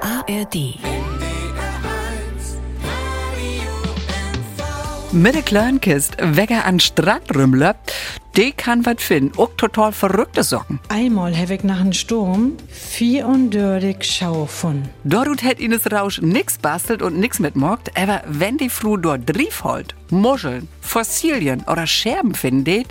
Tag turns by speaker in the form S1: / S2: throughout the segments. S1: ARD.
S2: Mit der Kleinkist, Wecker an Strandrümmler, die kann was finden. Auch total verrückte Socken.
S3: Einmal habe ich nach einem Sturm 34 Schau von.
S2: Dorut hätt Ines Rausch nix bastelt und nix mitmorgt, aber wenn die Fru dort Driefhold, Muscheln, Fossilien oder Scherben findet,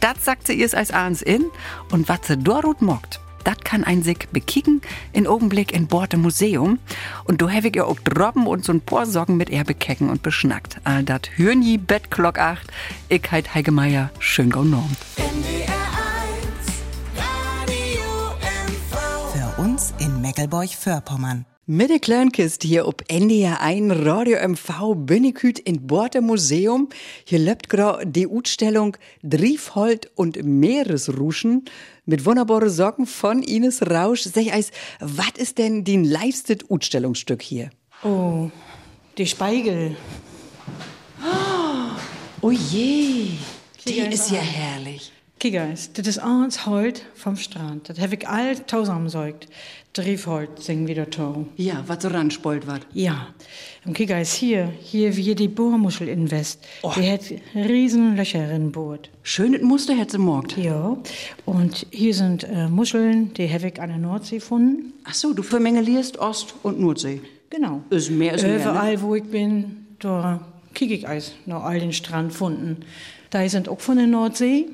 S2: das sagt sie ihrs als ahns in und wat sie Dorut mockt. Dat kann ein Sick bekicken, in Augenblick in Borte Museum. Und do habe ich ihr auch droppen und so'n paar Socken mit ihr bekecken und beschnackt. All dat hören je Bettklock 8, ich heit Heike Meier, schön gau norm.
S4: Für uns in Meckelborch-Vörpommern.
S2: Mit der Klönkist hier ob NDR 1 Radio MV Bünneküt in Borte Museum. Hier läuft gerade die Ausstellung Driefhold und Meeresruschen mit wunderbare Socken von Ines Rausch. Sag eis, was ist denn die leistet Ausstellungsstück hier?
S3: Oh, die Speigel.
S2: Oh je, die ist ja herrlich.
S3: Kiegeis, das ist ans Holt vom Strand. Das habe ich all zusammensäugt. Driefhold singen wieder Tau.
S2: Ja, was so ranspolt wat.
S3: Ja, im Kiegeis hier, hier wie die Bohrmuschel in West. Die hat riesen Löcher in Boot.
S2: Schönes Muster hätte sie morgt.
S3: Ja, und hier sind äh, Muscheln, die habe ich an der Nordsee gefunden.
S2: Ach so, du vermengelierst Ost- und Nordsee.
S3: Genau.
S2: Ist mehr, ist mehr, ne?
S3: Überall, wo ich bin, da kiege ich eis nach all den Strandfunden. Da sind auch von der Nordsee.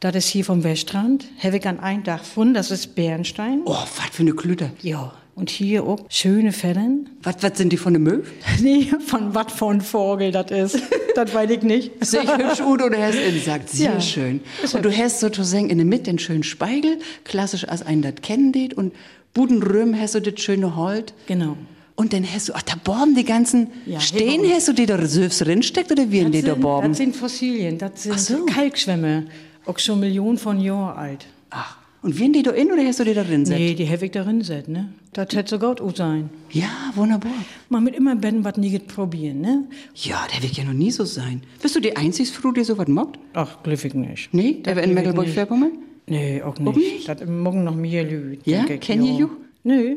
S3: Das ist hier vom Weststrand. Habe ich an einem Dach gefunden, das ist Bernstein.
S2: Oh, was für eine Klüte.
S3: Ja. Und hier auch schöne Fellen.
S2: Was sind die von dem Möw?
S3: nee, von was für ein Vogel das ist, das weiß ich nicht.
S2: Sehe ich hübsch gut oder hast in, sagt sehr
S3: Ja,
S2: schön.
S3: ist
S2: Und du
S3: hübsch.
S2: hast sozusagen in der Mitte den schönen Speigel, klassisch als einen das kennen det und Budenröhm hast du das schöne Holt.
S3: Genau.
S2: Und dann hast du, ach, da Borben die ganzen,
S3: Ja,
S2: stehen
S3: Hebaum.
S2: hast du die da Reserves rinsteckt oder wir in die da Borben?
S3: das sind Fossilien, das sind
S2: so.
S3: Kalkschwämme, auch schon Millionen von Jahren alt.
S2: Ach, und wir in die da in oder hast du die da drin
S3: Nee, die habe ich darin set, ne? Das hätte so gut auch sein.
S2: Ja, wunderbar.
S3: Man mit immer Ben was nie probieren, ne?
S2: Ja, der wird ja noch nie so sein. Bist du die einzige Frau, die sowas mobbt?
S3: Ach, glücklich nicht.
S2: Nee, der
S3: Das
S2: war in
S3: glück ich nicht.
S2: Mecklenburg-Vorpommern?
S3: Nee, auch nicht.
S2: nicht?
S3: Das morgen noch mehr Lüd.
S2: Ja? Ken ihr ju?
S3: Nö.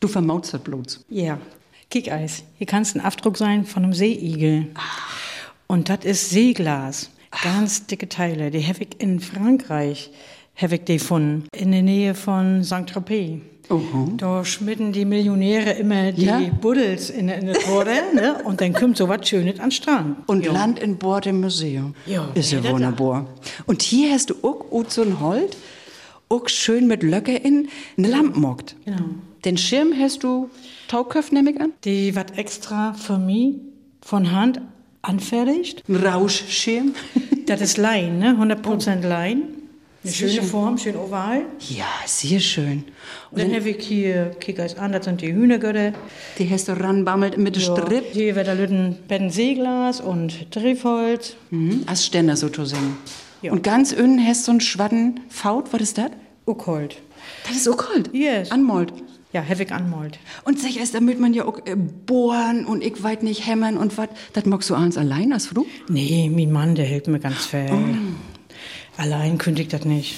S2: Du vermautst das bloß.
S3: Ja. Kickeis. Hier kann es ein Abdruck sein von einem Seeigel.
S2: Ah.
S3: Und das ist Seeglas. Ganz dicke Teile. Die habe ich in Frankreich habe ich die gefunden. In der Nähe von Saint-Tropez. Da schmitten die Millionäre immer die
S2: Ja?
S3: Buddels in, in das Tore, ne? Und dann kommt so was Schönes an den Strand.
S2: Und Land in Bord im Museum.
S3: Ja,
S2: Ist ja
S3: hätte da.
S2: wunderbar. Und hier hast du auch Uzun Holt, auch schön mit Löcke in, eine Lampe mockt.
S3: Genau.
S2: Den Schirm hast du Tauköpf, nehme ich an?
S3: Die wird extra für mich von Hand anfertigt.
S2: Ein Rauschschirm.
S3: Das ist Lein, ne? 100% Lein. Eine schöne Form, schön oval.
S2: ja, sehr schön. Und
S3: Dann habe ich hier Kickers an, das sind die Hühnergötter.
S2: die hast du ranbammelt mit dem Strip.
S3: Hier wird da Lütten Ben Seeglas und Triefholz.
S2: Mhm. Als Ständer sozusagen.
S3: Ja.
S2: Und ganz innen hast du einen schwatten Faut, was ist das?
S3: Ukold.
S2: Das ist auch kalt.
S3: Yes.
S2: Anmold.
S3: Ja, Hevig anmalt.
S2: Und sicher ist, damit man ja auch äh, bohren und ich weit nicht hämmern und was. Das magst du abends allein als Frau?
S3: Nee, mein Mann, der hilft mir ganz viel. Allein kündigt das nicht.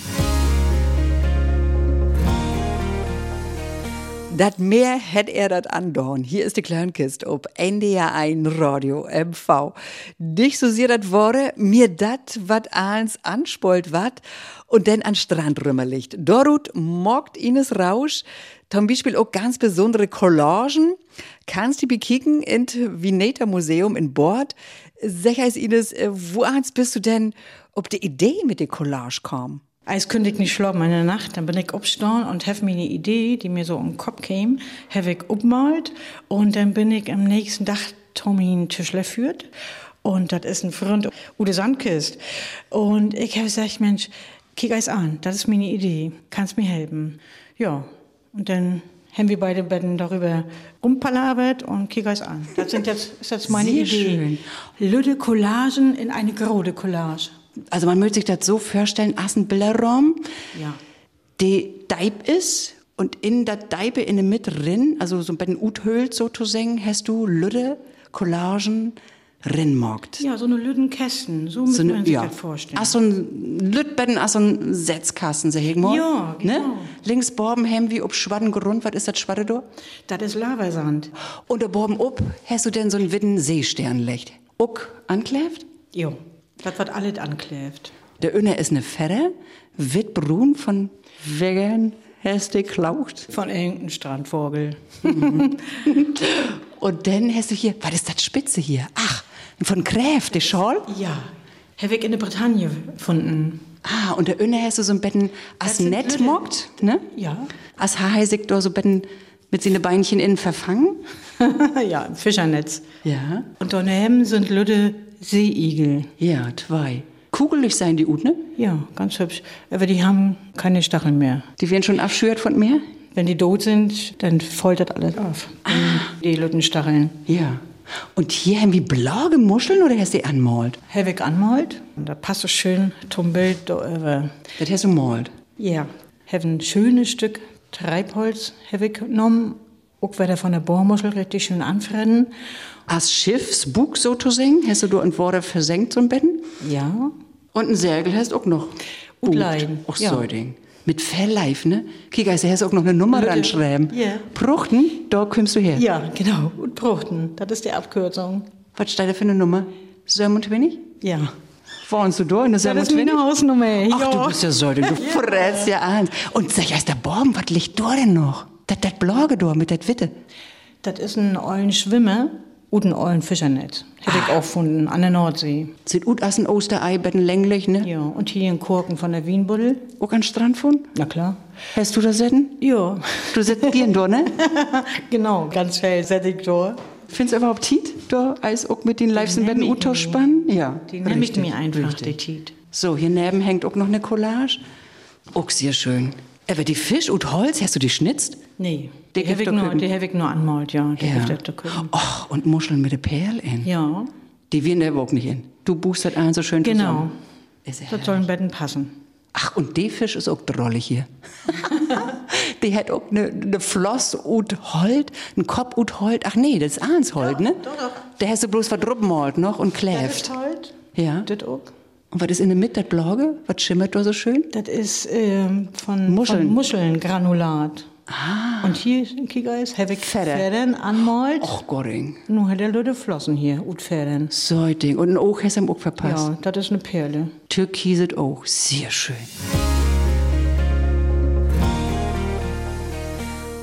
S2: Das Meer hätt er das andorn. Hier ist die Kleinkist ob NDR 1 Radio MV. Nicht so sehr das Wore, mir dat wat ahns anspolt wat und denn an Strandrümmer liegt. Dorut mockt Ines Rausch zum Beispiel auch ganz besondere Collagen. Kannst die bekicken in Vineta Museum in Bord. Sag es Ines, äh, wo ahns bist du denn, ob die Idee mit der Collage kam?
S3: Als kündig ich nicht schlafen in der Nacht, dann bin ich aufgestanden und habe mir eine Idee, die mir so um den Kopf kam, habe ich umalt und dann bin ich am nächsten Tag Tommy einen Tischler führt und das ist ein Freund, Ude Sandkist. Und ich habe gesagt, Mensch, kick es an, das ist meine Idee, kannst mir helfen. Ja, und dann haben wir beide Betten darüber rumpalabert und kick es an. Das sind jetzt, ist jetzt meine
S2: Sehr
S3: Idee. Lüde Collagen in eine grode Collage.
S2: Also man möchte sich das so vorstellen, erst ein Bilderraum,
S3: Ja.
S2: die Deib ist und in der Deibe in der Mitte drin, also so bei den Uthöhlt sozusagen, hast du Lüde, Collagen, rinmorgt.
S3: Ja, so eine Lüdenkästen, so, so muss man sich das halt vorstellen.
S2: Ach, so ein Lütbetten, ach, so ein Setzkasten, sag ich mal.
S3: Ja, genau.
S2: Ne? Links Borben, Hemwi, ob Schwaddengrund, was ist das Schwaddedor?
S3: Das ist Lavasand.
S2: Und da Borben ob, hast du denn so einen witten Seesternlicht? Uck, ankläft?
S3: Jo, das wird alles ankläft.
S2: Der Öner ist eine Ferre, wittbrun von Wegen, hast du klaucht.
S3: Von irgendeinem Strandvogel.
S2: Und dann hast du hier, was ist das Spitze hier? Ach, von Gräf, der Schorl?
S3: Ja, Herwig in der Bretagne gefunden.
S2: Ah, und der Önne hast du so ein Betten, as
S3: sind
S2: nett
S3: Lüde.
S2: mockt, ne?
S3: Ja.
S2: As Haheisig, so Betten mit seine Beinchen innen verfangen.
S3: ja, im Fischernetz.
S2: Ja.
S3: Und daneben sind Lüde Seeigel.
S2: Ja, zwei. Kugelig sein die Ut, ne?
S3: Ja, ganz hübsch. Aber die haben keine Stacheln mehr.
S2: Die werden schon abschürt von mir?
S3: Wenn die tot sind, dann foltert alles auf.
S2: Ah.
S3: Die Lüttenstacheln.
S2: Ja. Und hier haben wir blaue Muscheln oder hast du die anmalt?
S3: Herwig anmalt. Und da passt so schön zum Bild. da über.
S2: Das hast du malt.
S3: Ja, haben ein schönes Stück Treibholz Herwig genommen. Auch wenn er von der Bohrmuschel richtig schön anfrennen.
S2: As Schiffsbug so zu singen, hast du da in Worte versenkt so ein Betten?
S3: Ja.
S2: Und ein Särgel hast auch noch.
S3: Und
S2: Bucht.
S3: Leinen,
S2: Auch
S3: ja.
S2: so ein Ding. Mit Fellleif, ne? Kika, hast du hast auch noch eine Nummer
S3: Lüde.
S2: dran schreiben.
S3: Ja.
S2: Pruchten, da kommst du her.
S3: Ja, genau. Und Bruchten. Das ist die Abkürzung.
S2: Was steht da für eine Nummer? Söm und wenig?
S3: Ja.
S2: Wohnst du da in der Söm
S3: Das
S2: und
S3: ist meine
S2: wenig?
S3: Hausnummer.
S2: Ach, du bist ja so, du fräst ja an. Und sag, heißt der Borben, was liegt da denn noch? Das, das Blorge da mit der Witte.
S3: Das ist ein ollen Schwimmer und ein ollen Fischernetz. Hätte ich auch gefunden, an der Nordsee.
S2: Sieht ut aus ein Osterei, betten länglich, ne?
S3: Ja, und hier in Korken von der Wienbuddel.
S2: Auch an Strand von?
S3: Na klar.
S2: Hast du das setten?
S3: Ja,
S2: Du sitzt dir da, ne?
S3: genau, ganz schnell, Setting Tor.
S2: Findest du überhaupt Tiet? Da Eis auch mit den Lives in
S3: nehm
S2: Betten
S3: ich
S2: ut
S3: mir.
S2: spannen? Ja.
S3: Die nehme ich
S2: richtig,
S3: mir einfach, die
S2: richtig.
S3: Tiet.
S2: So, hier neben hängt auch noch eine Collage. Auch sehr schön. Aber die Fisch und Holz, hast du die schnitzt?
S3: Nee,
S2: Die
S3: die, die habe ich
S2: Gifter
S3: nur,
S2: Küken.
S3: die hab ich nur anmalt, ja. Oh, Die ja.
S2: Och, und Muscheln mit der Perl in.
S3: ja,
S2: Die wir in der Wog nicht hin. Du buchst das ein so schön
S3: genau.
S2: zusammen. Ist ja
S3: Das sollen Betten passen.
S2: Ach, und der Fisch ist auch drollig hier. die hat auch eine ne Floss und Holt, einen Kopf und Holt. Ach nee, das ist Ahns Holt, ne?
S3: doch, doch.
S2: Der hast du bloß verdruppmalt noch und kläft.
S3: halt.
S2: Ja.
S3: Das auch.
S2: Und was ist in der Mitte, das Blorge? Was schimmert da so schön?
S3: Das ist ähm, von
S2: Muscheln.
S3: Von Muscheln, Granulat. Ah. Und hier, Kika ist, habe ich
S2: Fedder.
S3: Federn anmalt.
S2: Och, Goring.
S3: Nur hat der Leute Flossen hier, gut Federn.
S2: So ein Ding. Und ein Oog hast du ihm auch verpasst.
S3: Ja, das ist eine Perle.
S2: Türkiset auch. Sehr schön.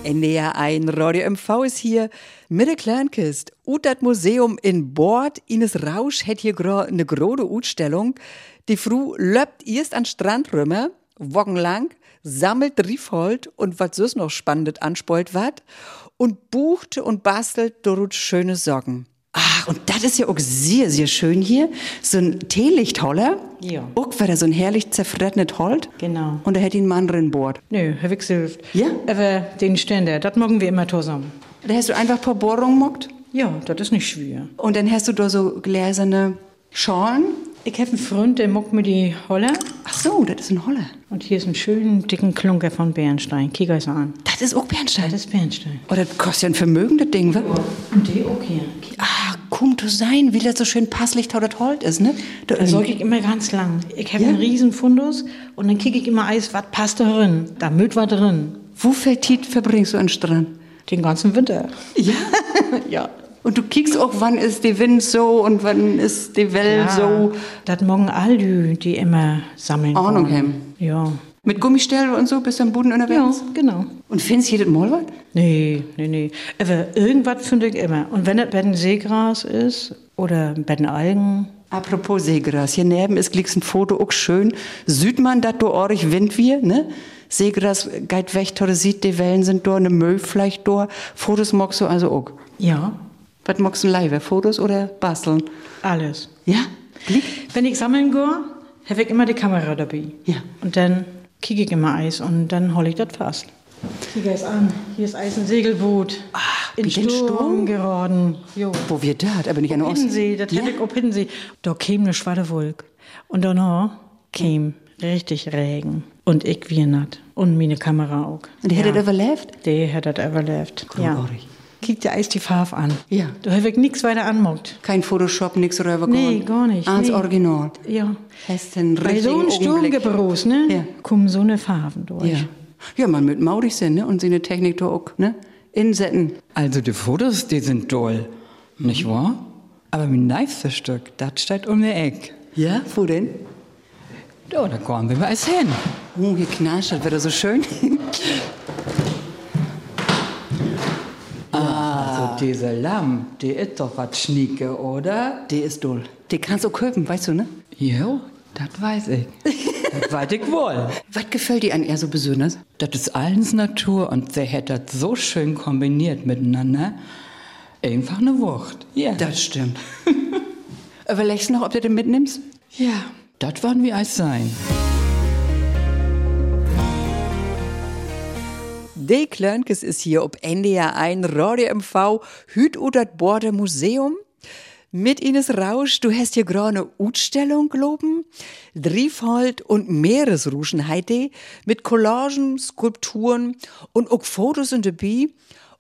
S2: NDR ein Radio MV ist hier mit der Kleinkist. Ut dat Museum in Bord. Ines Rausch hätt hier gro eine grode Utstellung. Die Fru löppt erst an Strandrümmer, wochenlang, sammelt Riefhold und wat süß noch spannendet anspolt wat und bucht und bastelt dorut schöne Socken. Ach, und das ist ja auch sehr, sehr schön hier. So ein Teelichtholler.
S3: Ja.
S2: Uck, weil da so ein herrlich zerfrettenet Holt.
S3: Genau.
S2: Und da hätt ihn anderen Bord.
S3: Nö, Herr Wix hilft.
S2: Ja?
S3: Aber den Ständer, das machen wir immer zusammen.
S2: Da hast du einfach ein paar Bohrungen mockt
S3: Ja, das ist nicht schwer.
S2: und dann hast du da so gläserne Schalen.
S3: Ich habe einen Freund, der muckt mir die Holler.
S2: Ach so, das ist ein Holler.
S3: Und hier ist einen schönen, dicken Klunker von Bernstein. Kick euch an.
S2: Das ist auch Bernstein.
S3: Das ist Bernstein.
S2: Oh, das kostet ja ein Vermögen, das Ding, wa?
S3: Und die auch hier.
S2: Ah, komm zu sein, wie das so schön passlich taudert Holt ist, ne? Da
S3: Da sorge ich immer ganz lang. Ich habe einen riesen Fundus und dann kicke ich immer Eis, was passt da drin? Da müht was drin.
S2: wo viel Zeit verbringst du an den Strand?
S3: Den ganzen Winter.
S2: Ja.
S3: ja.
S2: Und du kickst auch, wann ist die Wind so und wann ist die Welle so.
S3: Das morgen all die, die immer sammeln.
S2: Ahnung
S3: kommen. Ja.
S2: Mit Gummistelle und so bist du am Boden
S3: Ja,
S2: unterwegs.
S3: genau.
S2: Und findest jedes Mal was?
S3: Nee, nee, nee. Aber irgendwas finde ich immer. Und wenn das Betten Seegras ist oder Betten Algen,
S2: Apropos Seegras, hier neben ist glicks ein Foto, auch schön. Sieht man, dass du ordentlich Wind wir, ne? Seegras geht weg, oder sieht, die Wellen sind da, ne Müll vielleicht da. Fotos magst du also auch.
S3: ja,
S2: Was magst du leider, Fotos oder basteln?
S3: alles.
S2: Ja? Glick?
S3: Wenn ich sammeln gehe, habe ich immer die Kamera dabei.
S2: Ja.
S3: Und dann kicke ich immer Eis und dann hol ich das fast. Kicke es an. Hier ist Eis ein Segelboot. Ah, in
S2: wie den
S3: Sturm,
S2: Sturm?
S3: geraden. Jo.
S2: Wo wir dat, aber nicht an der Ostsee.
S3: Hiddensee, das hätte ich auch Hiddensee. Da käme eine Schwadewolk. Und dann käme richtig Regen. Und ich wie natt. Und meine Kamera auch.
S2: Und die hätte ja. überlebt?
S3: Die hat das überlebt. Ja.
S2: Großartig.
S3: Kiek der Eis die Farbe an.
S2: Ja.
S3: Da habe ich nichts weiter anmuckt.
S2: Kein Photoshop, nichts rübergekommen?
S3: Nee, gar nicht. Ah,
S2: Ans
S3: nee.
S2: Original.
S3: Ja.
S2: Hast den
S3: Bei so einem
S2: richtigen Augenblick.
S3: Sturmgebruch, ne,
S2: Ja.
S3: kommen so eine Farben durch.
S2: Ja. Ja, man mit maudig sein, ne? Und seine Technik da auch, ne? Insetten.
S1: Also die Fotos, die sind toll, nicht wahr? Aber mein nächstes Stück, das steht um die Ecke.
S2: Ja, wo denn?
S1: Ja, da kommen wir mal hin.
S2: Oh, hier knarrscht, das wird so schön.
S1: Also diese Lamm, die ist doch was Schnieke, oder?
S2: Die ist doll. Die kannst du auch köpen, weißt du, ne?
S1: Jo, das weiß ich. das weiß ich wohl.
S2: Was gefällt dir an ihr so besonders?
S1: Das ist allens Natur und sie hat das so schön kombiniert miteinander. Einfach eine Wucht. Ja.
S2: Das stimmt. Überlegst du noch, ob du den mitnimmst?
S1: ja, das waren wir als sein.
S2: De Klönkes ist hier ob NDR 1 Radio MV Hüt oder Borde Museum. Mit Ines Rausch, du hast hier grane Utstellung loben, Driefhold und Meeresruschen heide mit Collagen, Skulpturen und auch Fotos und dabei.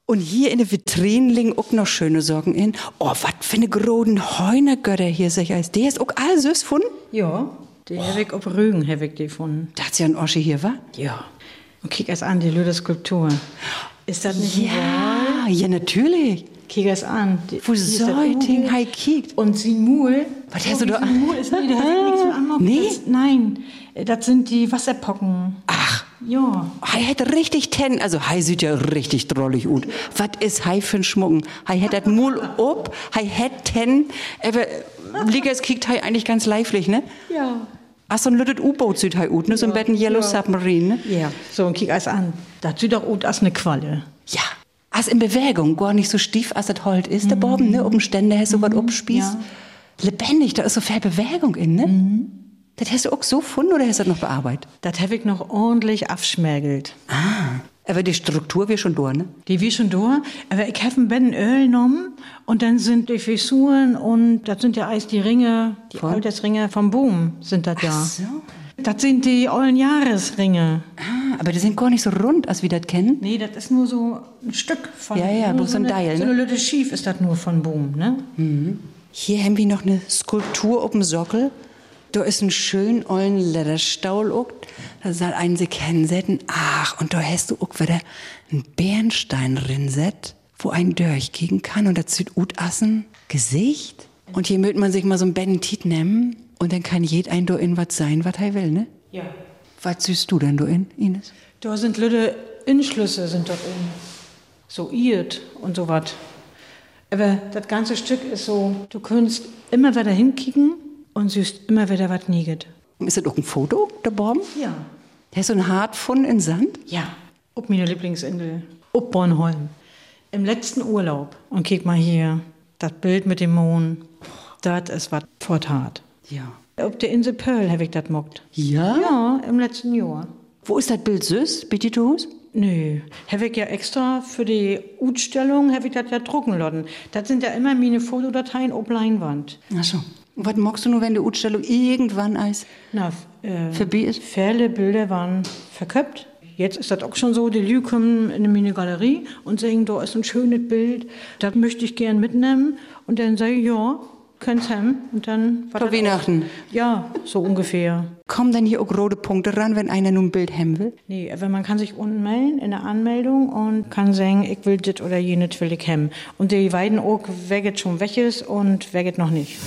S2: Und hier in der Vitrine liegen auch noch schöne Sorgen in. Oh, wat für eine groden Heunergötter hier sicher ist. Der ist auch all süß gefunden.
S3: Ja, die habe ich auf Rügen habe ich die gefunden.
S2: Da hat's ja ein Oschi hier, wa?
S3: Ja. Und kick es an, die Lüde Skulptur. Ist das nicht wahr?
S2: Ja, ja, natürlich.
S3: Kick es an. Die-
S2: Wo
S3: die ist das
S2: soll Ding
S3: Urbild.
S2: hei kickt?
S3: Und Simul.
S2: Was hast du da-
S3: Simul ist nee, da hat nichts mehr anmachen.
S2: Nee? Ah.
S3: Das, nein, das sind die Wasserpocken.
S2: Ach,
S3: Ja.
S2: Hei hätte richtig ten, also hei sieht ja richtig drollig ut. Was is hei für'n Schmucken? Hei hätt dat Mul ob, hei hätt ten, aber Ligas kickt hei eigentlich ganz leiflich, ne?
S3: Ja.
S2: Ach, so ein lüttet U-Boot sieht hei ut, ne? So ein Betten Yellow Submarine, ne?
S3: Ja. So, und kick es an. Das sieht doch gut aus, eine Qualle.
S2: Ja. As in Bewegung, gar nicht so stief, as das Holt ist, der Borben,
S3: Mhm.
S2: ne? Oben Stände, hast so wat upspießt. Lebendig, da ist so viel Bewegung in, ne?
S3: Mhm.
S2: Das hast du auch so gefunden oder hast du das noch bearbeitet?
S3: Das habe ich noch ordentlich abschmergelt.
S2: Ah. Aber die Struktur wir schon durch, ne?
S3: Die wie schon durch. Aber ich habe ein bisschen Öl genommen und dann sind die Fissuren und das sind ja alles die Ringe, die Altersringe vom Boom sind das ja. Das sind die ollen Jahresringe.
S2: Ah, aber die sind gar nicht so rund, als wir das kennen.
S3: Nee, das ist nur so ein Stück von
S2: Ja, ja,
S3: nur
S2: bloß
S3: so
S2: ein
S3: eine,
S2: Teil,
S3: So
S2: ne?
S3: eine Lütte schief ist das nur von Boom, ne?
S2: Hier haben wir noch eine Skulptur auf dem Sockel. Da ist ein schön ollen Lederstaul auch. Da soll einen sie kennensetzen. Ach, und da hast du auch wieder ein Bernstein rinset, wo ein durchgehen kann. Und das sieht ut assen Gesicht. Und hier möchte man sich mal so ein Benedikt nehmen. Und dann kann jed ein do in was sein, was er will, ne?
S3: Ja.
S2: Was süßt du denn do in, Ines?
S3: Da sind Lütte Inschlüsse sind dort in. So iert und so was. Aber das ganze Stück ist so, du kannst immer wieder hinkicken und siehst immer wieder was nieget.
S2: Ist das auch ein Foto, der Baum?
S3: Ja.
S2: Hast du ein Hart von in Sand?
S3: Ja, ob meine Lieblingsinsel, ob Bornholm. Im letzten Urlaub. Und kick mal hier, das Bild mit dem Mond. Das ist was Fortat.
S2: Ja.
S3: Ob der Insel Pearl habe ich das mockt.
S2: Ja?
S3: Ja, im letzten Jahr.
S2: Wo ist das Bild süß, bitte du Hus?
S3: Nö, habe ich ja extra für die Utstellung, habe ich das ja drucken lassen. Das sind ja immer meine Fotodateien ob Leinwand.
S2: Ach so. Und was magst du nur, wenn die Ausstellung irgendwann als
S3: Na, f- äh,
S2: vorbei ist?
S3: Fälle, Bilder waren verköpft. Jetzt ist das auch schon so, die Lü kommen in meine Galerie und sagen, da ist ein schönes Bild, das möchte ich gern mitnehmen. Und dann sage ich, ja, könnt's haben. Und dann...
S2: Vor
S3: war das auch-
S2: Weihnachten.
S3: Ja, so ungefähr.
S2: Kommen denn hier auch rote Punkte ran, wenn einer nun ein Bild haben will?
S3: Nee, aber man kann sich unten melden in der Anmeldung und kann sagen, ich will dit oder jenes will ich haben. Und die weiden auch, wer geht schon welches und wer geht noch nicht.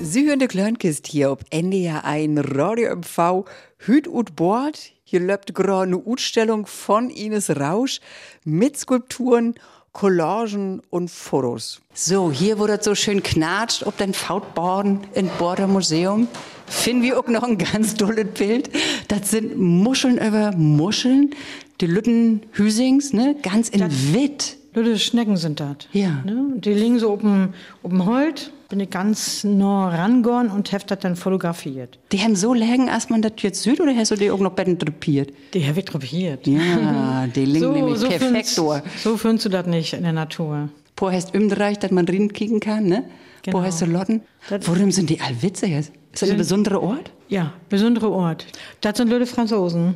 S2: Sie hören die Klönkist hier ob NDR 1 Radio MV Hüt und Bord. Hier läuft gerade eine Ausstellung von Ines Rausch mit Skulpturen, Collagen und Fotos. So, hier wurde das so schön knatscht, ob den Fautborden im Border Museum. Finden wir auch noch ein ganz tolles Bild. Das sind Muscheln über Muscheln. Die Lütten Hüsings, ne? Ganz in Witt.
S3: Lüde Schnecken sind das.
S2: Ja.
S3: Ne? Die liegen so oben dem Holt, bin ich ganz nah rangegangen und heft das dann fotografiert.
S2: Die haben so lägen, als man das jetzt süd oder hast du die auch noch Betten drapiert?
S3: Die habe ich drapiert.
S2: Ja, die liegen nämlich perfekt
S3: findest-
S2: durch.
S3: So findest du das nicht in der Natur.
S2: Po heißt Umdreich, dass man drin kicken kann, ne? Po
S3: Genau.
S2: heißt so Lotten.
S3: Das-
S2: Worum sind die all Witze jetzt? Ist das ein besonderer Ort?
S3: Ja, Ah. besonderer Ort. Das sind Leute Franzosen.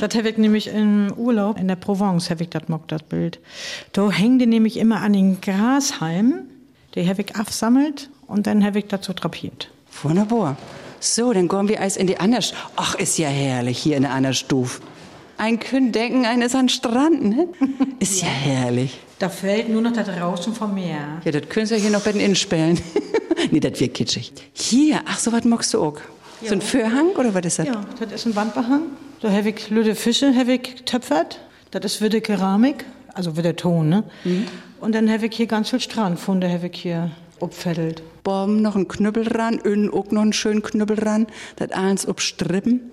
S3: Das habe ich nämlich im Urlaub in der Provence, habe ich das mockt, das Bild. Da hängen die nämlich immer an den Grashalmen. Die habe ich aufsammelt und dann habe ich dazu drapiert.
S2: Wunderbar. So, dann gehen wir als in die andere Sch- Ach, ist ja herrlich hier in der anderen Stufe. Ein Kündenken eines an Strand, ne? Ist ja, herrlich.
S3: Da fällt nur noch das Rauschen vom Meer.
S2: Ja, das können Sie ja hier noch bei den Innenspellen. nee, das wird kitschig. Hier, ach, so was magst du auch. So ein Föhrhang oder was ist das?
S3: Ja, das ist ein Wandbehang. Da habe ich Lüde Fische habe ich getöpfert. Das ist wieder Keramik, also wieder Ton, ne? Und dann habe ich hier ganz viel Strandfunde habe ich hier abfettelt.
S2: Bomben noch einen Knüppel ran, innen auch noch einen schönen Knüppel ran, das alles obstrippen.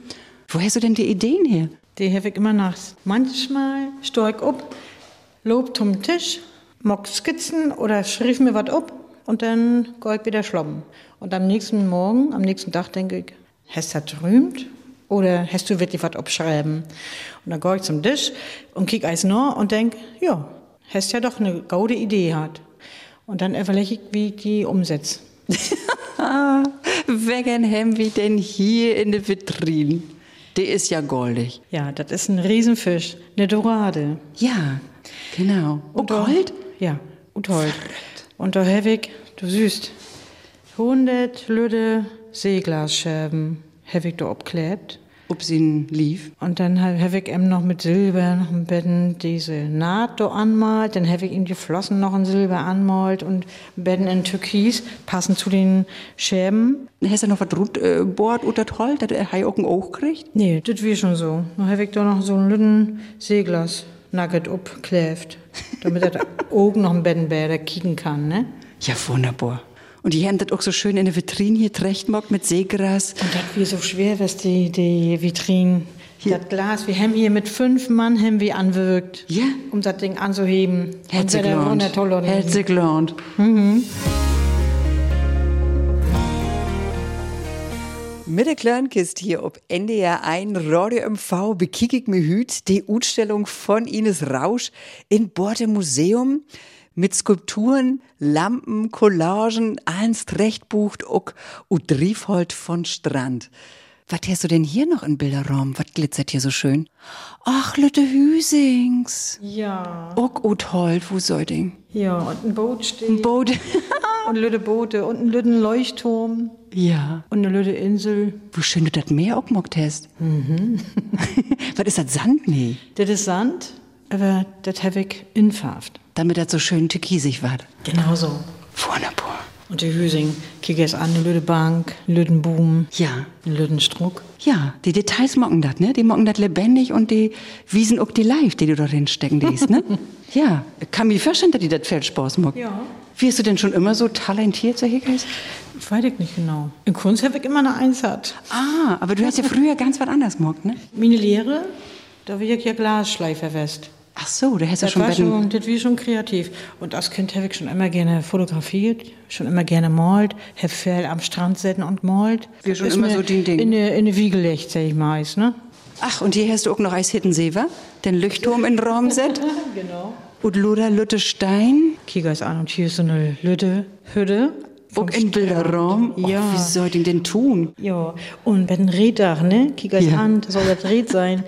S2: Wo hast du denn die Ideen her?
S3: Die habe ich immer nachts. Manchmal stehe ich up, lob zum Tisch, mock Skizzen oder schrieb mir was ab und dann gehe ich wieder schlafen. Und am nächsten Morgen, am nächsten Tag denke ich, hast du das träumt? Oder hast du wirklich was abschreiben? Und dann gehe ich zum Tisch und kick eins nach und denke, ja, hast ja doch eine gaude Idee hat. Und dann überlege ich, wie ich die umsetze.
S2: Ah, Wegen haben wir denn hier in der Vitrine? Die ist ja goldig.
S3: Ja, das ist ein Riesenfisch, eine Dorade.
S2: Ja, genau. Oh,
S3: da-
S2: Gold?
S3: Ja, und Gold. Und da habe ich, du süßt, 100 Lüde Seeglasscherben habe ich da abklebt.
S2: Ob sie ihn lief?
S3: Und dann habe ich ihm noch mit Silber noch ein Betten diese Naht da anmalt. Dann habe ich ihm die Flossen noch in Silber anmalt und Betten in Türkis, passend zu den Scherben.
S2: Hast du noch was rot äh, Bord oder toll, dass er hier auch ein Auge kriegt?
S3: Nee, das wie schon so. Dann habe ich da noch so einen Lüden Seeglas Nugget abklebt, damit er da oben noch ein Betten besser kicken kann, ne?
S2: Ja, wunderbar. Und die haben das auch so schön in der Vitrine hier trechtmockt mit Seegras.
S3: Und das wie so schwer, was die, die Vitrinen, das Glas, wir haben hier mit fünf Mann haben wir anwirkt,
S2: Ja.
S3: um das Ding anzuheben.
S2: Herzlich
S3: Und
S2: gelohnt.
S3: das toll
S2: Herzlich gelohnt.
S5: Mhm. Mit der Kleinkist hier ob NDR 1 Radio MV bekicke ich mir hüt die Ausstellung von Ines Rausch in Borte Museum mit Skulpturen, Lampen, Collagen, eins Rechtbucht uck und Driefhold von Strand.
S2: Was hast du denn hier noch im Bilderraum? Was glitzert hier so schön? Ach, Lütte Hüsings.
S3: Ja,
S2: Och, oh toll, wo soll denn?
S3: ja, und ein Boot
S2: Ein
S3: steht.
S2: Boot.
S3: und Lüde Boote und ein Lüden Leuchtturm
S2: ja.
S3: und eine Lüde Insel.
S2: Wo schön du das Meer auch mockt hast.
S3: Mhm.
S2: Was ist das Sand? Nee.
S3: Das ist Sand, aber das habe ich infarft.
S2: Damit das so schön türkisig war.
S3: Genau so.
S2: Wunderbar.
S3: Und die Hüsing, kick es an, eine Lüde Bank, einen Lüden Boom,
S2: Ja.
S3: einen Lüden Struck.
S2: Ja, die Details mocken das, ne? Die mocken das lebendig und die wiesen auch die Live, die du da reinstecken liest, ne? ja, kann mir vorstellen, dass die das Feld Spaß mocken.
S3: Ja.
S2: Wirst du denn schon immer so talentiert, sag ich jetzt?
S3: Weiß ich nicht genau. In Kunst habe ich immer eine Eins hat.
S2: Ah, aber du hast ja früher ganz was anderes mockt, ne?
S3: Meine Lehre, da will ich ja Glasschleifer west.
S2: Ach so, du hast ja
S3: Das,
S2: schon
S3: war
S2: bei den...
S3: schon, das war schon kreativ. Und als Kind habe ich schon immer gerne fotografiert, schon immer gerne malt, habe viel am Strand sitzen und malt.
S2: Wir schon
S3: Ist
S2: immer
S3: mir
S2: so den Ding.
S3: In der in der Wiege legt, sag ich mal, ist, ne?
S2: Ach, und hier hast du auch noch als Hittenseewer, den Lüchtturm in Raumset.
S3: Genau.
S2: und Luder Lütte Stein,
S3: Kiga ist an und hier ist so eine Lütte, Hütte. vom
S2: auch in Bilderraum. Och,
S3: Ja.
S2: Oh, wie soll ich denn den tun?
S3: Ja, und bei den Reddach, ne? Kiga ist
S2: Ja.
S3: an, das soll das Red sein.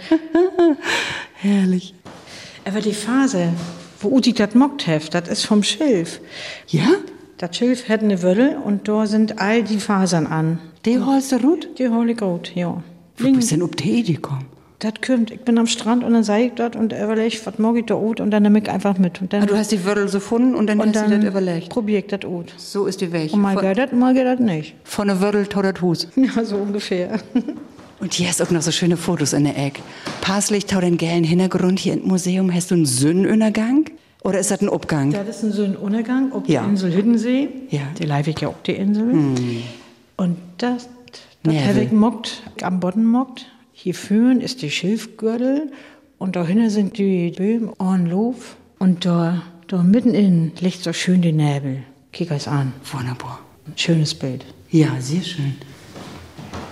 S2: Herrlich.
S3: Aber die Phase, wo Uti das mockt heft, das ist vom Schilf.
S2: Ja?
S3: Das Schilf hat eine Wölle und da sind all die Fasern an.
S2: Die holst du Rut?
S3: Die Holy Goat, ja.
S2: Wo bist denn ob die Idee gekommen?
S3: Das kommt. Ich bin am Strand und dann sei ich dort und überlege, was mag ich da ut und dann nehme ich einfach mit. Und dann,
S2: Ah, du hast die Wörter so gefunden und dann Oh
S3: und
S2: hast du das
S3: dann
S2: überlegt.
S3: probiere ich das ut.
S2: So ist die Welt.
S3: Und mal geht das, mal geht das nicht.
S2: Von der Wörtel tot das Hus.
S3: Ja, so ungefähr.
S2: Und hier hast du auch noch so schöne Fotos in der Ecke. Passlich tot den gellen Hintergrund hier im Museum. Hast du einen Sünnenuntergang? Oder ist das ein Obgang?
S3: Das ist ein so ein Untergang auf
S2: Ja.
S3: die Insel Hiddensee.
S2: Ja. Hm.
S3: Die leife ich ja auch die Insel. Und das, das
S2: Nervig.
S3: habe ich mockt, am Boden mockt. Hier führen ist die Schilfgürtel und dahinter sind die Böhmen und Lof. Und da, da mitten in liegt so schön die Nebel. Kick es an.
S2: Wunderbar.
S3: Schönes Bild.
S2: Ja, sehr schön.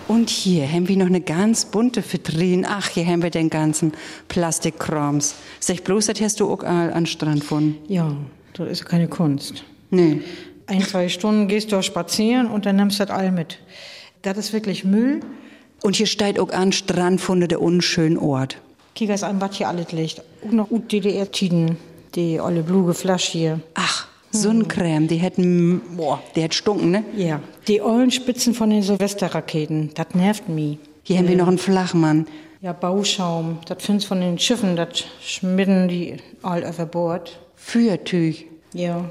S2: Und hier haben wir noch eine ganz bunte Vitrine. Ach, hier haben wir den ganzen Plastikkrams. Sag bloß, das hast du auch all an den Strand von.
S3: Ja, das ist keine Kunst.
S2: Nee.
S3: Ein, zwei Stunden gehst du spazieren und dann nimmst du das all mit. Das ist wirklich Müll.
S2: Und hier steht auch an, Strand von der unschönen Ort.
S3: Kigas an, was hier alles liegt. Auch noch gut DDR-Tiden. Die olle bluge Flasche hier.
S2: Ach, Sonnencreme, die hätten, boah, die hätte stunken, ne?
S3: Ja, die ollen Spitzen von den Silvesterraketen. Das nervt mich.
S2: Hier haben wir noch einen Flachmann.
S3: Ja, Bauschaum. Das findest von den Schiffen. Das schmidden die all overboard.
S2: Fürtüch,
S3: Ja,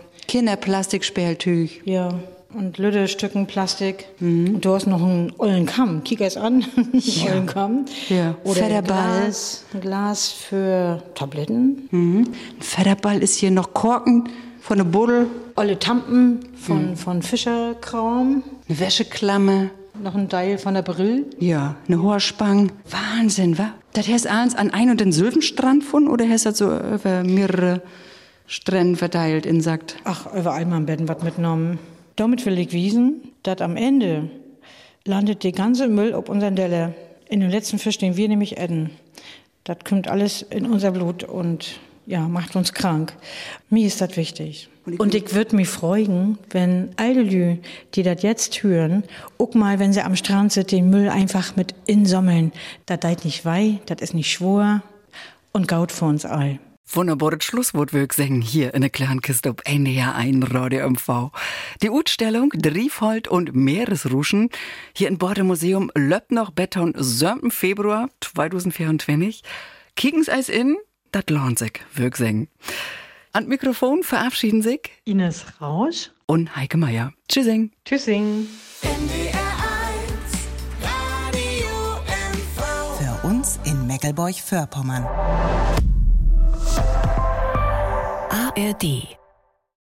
S2: Kinderplastikspältüch.
S3: ja. Und Lüde Stücken Plastik. Und du hast noch einen ollen Kamm. Kick es an. einen ollen Kamm.
S2: Ja,
S3: Oder
S2: fetter
S3: ein
S2: Ball.
S3: Glas, ein Glas für Tabletten.
S2: Mhm. Ein Federball ist hier noch Korken von der Buddel.
S3: Olle Tampen von, von Fischerkraum.
S2: Eine Wäscheklamme.
S3: Noch ein Teil von der Brill.
S2: Ja, eine Horspang. Wahnsinn, wa? Das heißt eins an einen und den Sylvenstrand von oder heißt das so über mehrere Strände verteilt in Sagt?
S3: Ach, überall mal im Bett was mitgenommen. Damit will ich wiesen, dass am Ende landet der ganze Müll auf unseren Delle. In den letzten Fisch, den wir nämlich essen. Das kommt alles in unser Blut und ja, macht uns krank. Mir ist das wichtig. Und ich würde mich freuen, wenn alle Lü, die das jetzt hören, auch mal, wenn sie am Strand sind, den Müll einfach mit insammeln. Das deit nicht wei, das ist nicht schwor und gaut für uns all.
S1: Wunderbares Schlusswort wir singen hier in der kleinen Kiste ob NDR ein Radio MV. Die Utstellung Driefold und Meeresruschen hier im Bordemuseum Löbnoch Beton 7. Februar 2024. Kiekens Eis in, dat lohnt sich, wir singen. An Mikrofon verabschieden sich
S6: Ines Rausch.
S1: und Heike Meier. Tschüssing.
S6: Tschüssing.
S7: NDR1 Radio MV.
S4: Für uns in Meckelburg-Vorpommern. ARD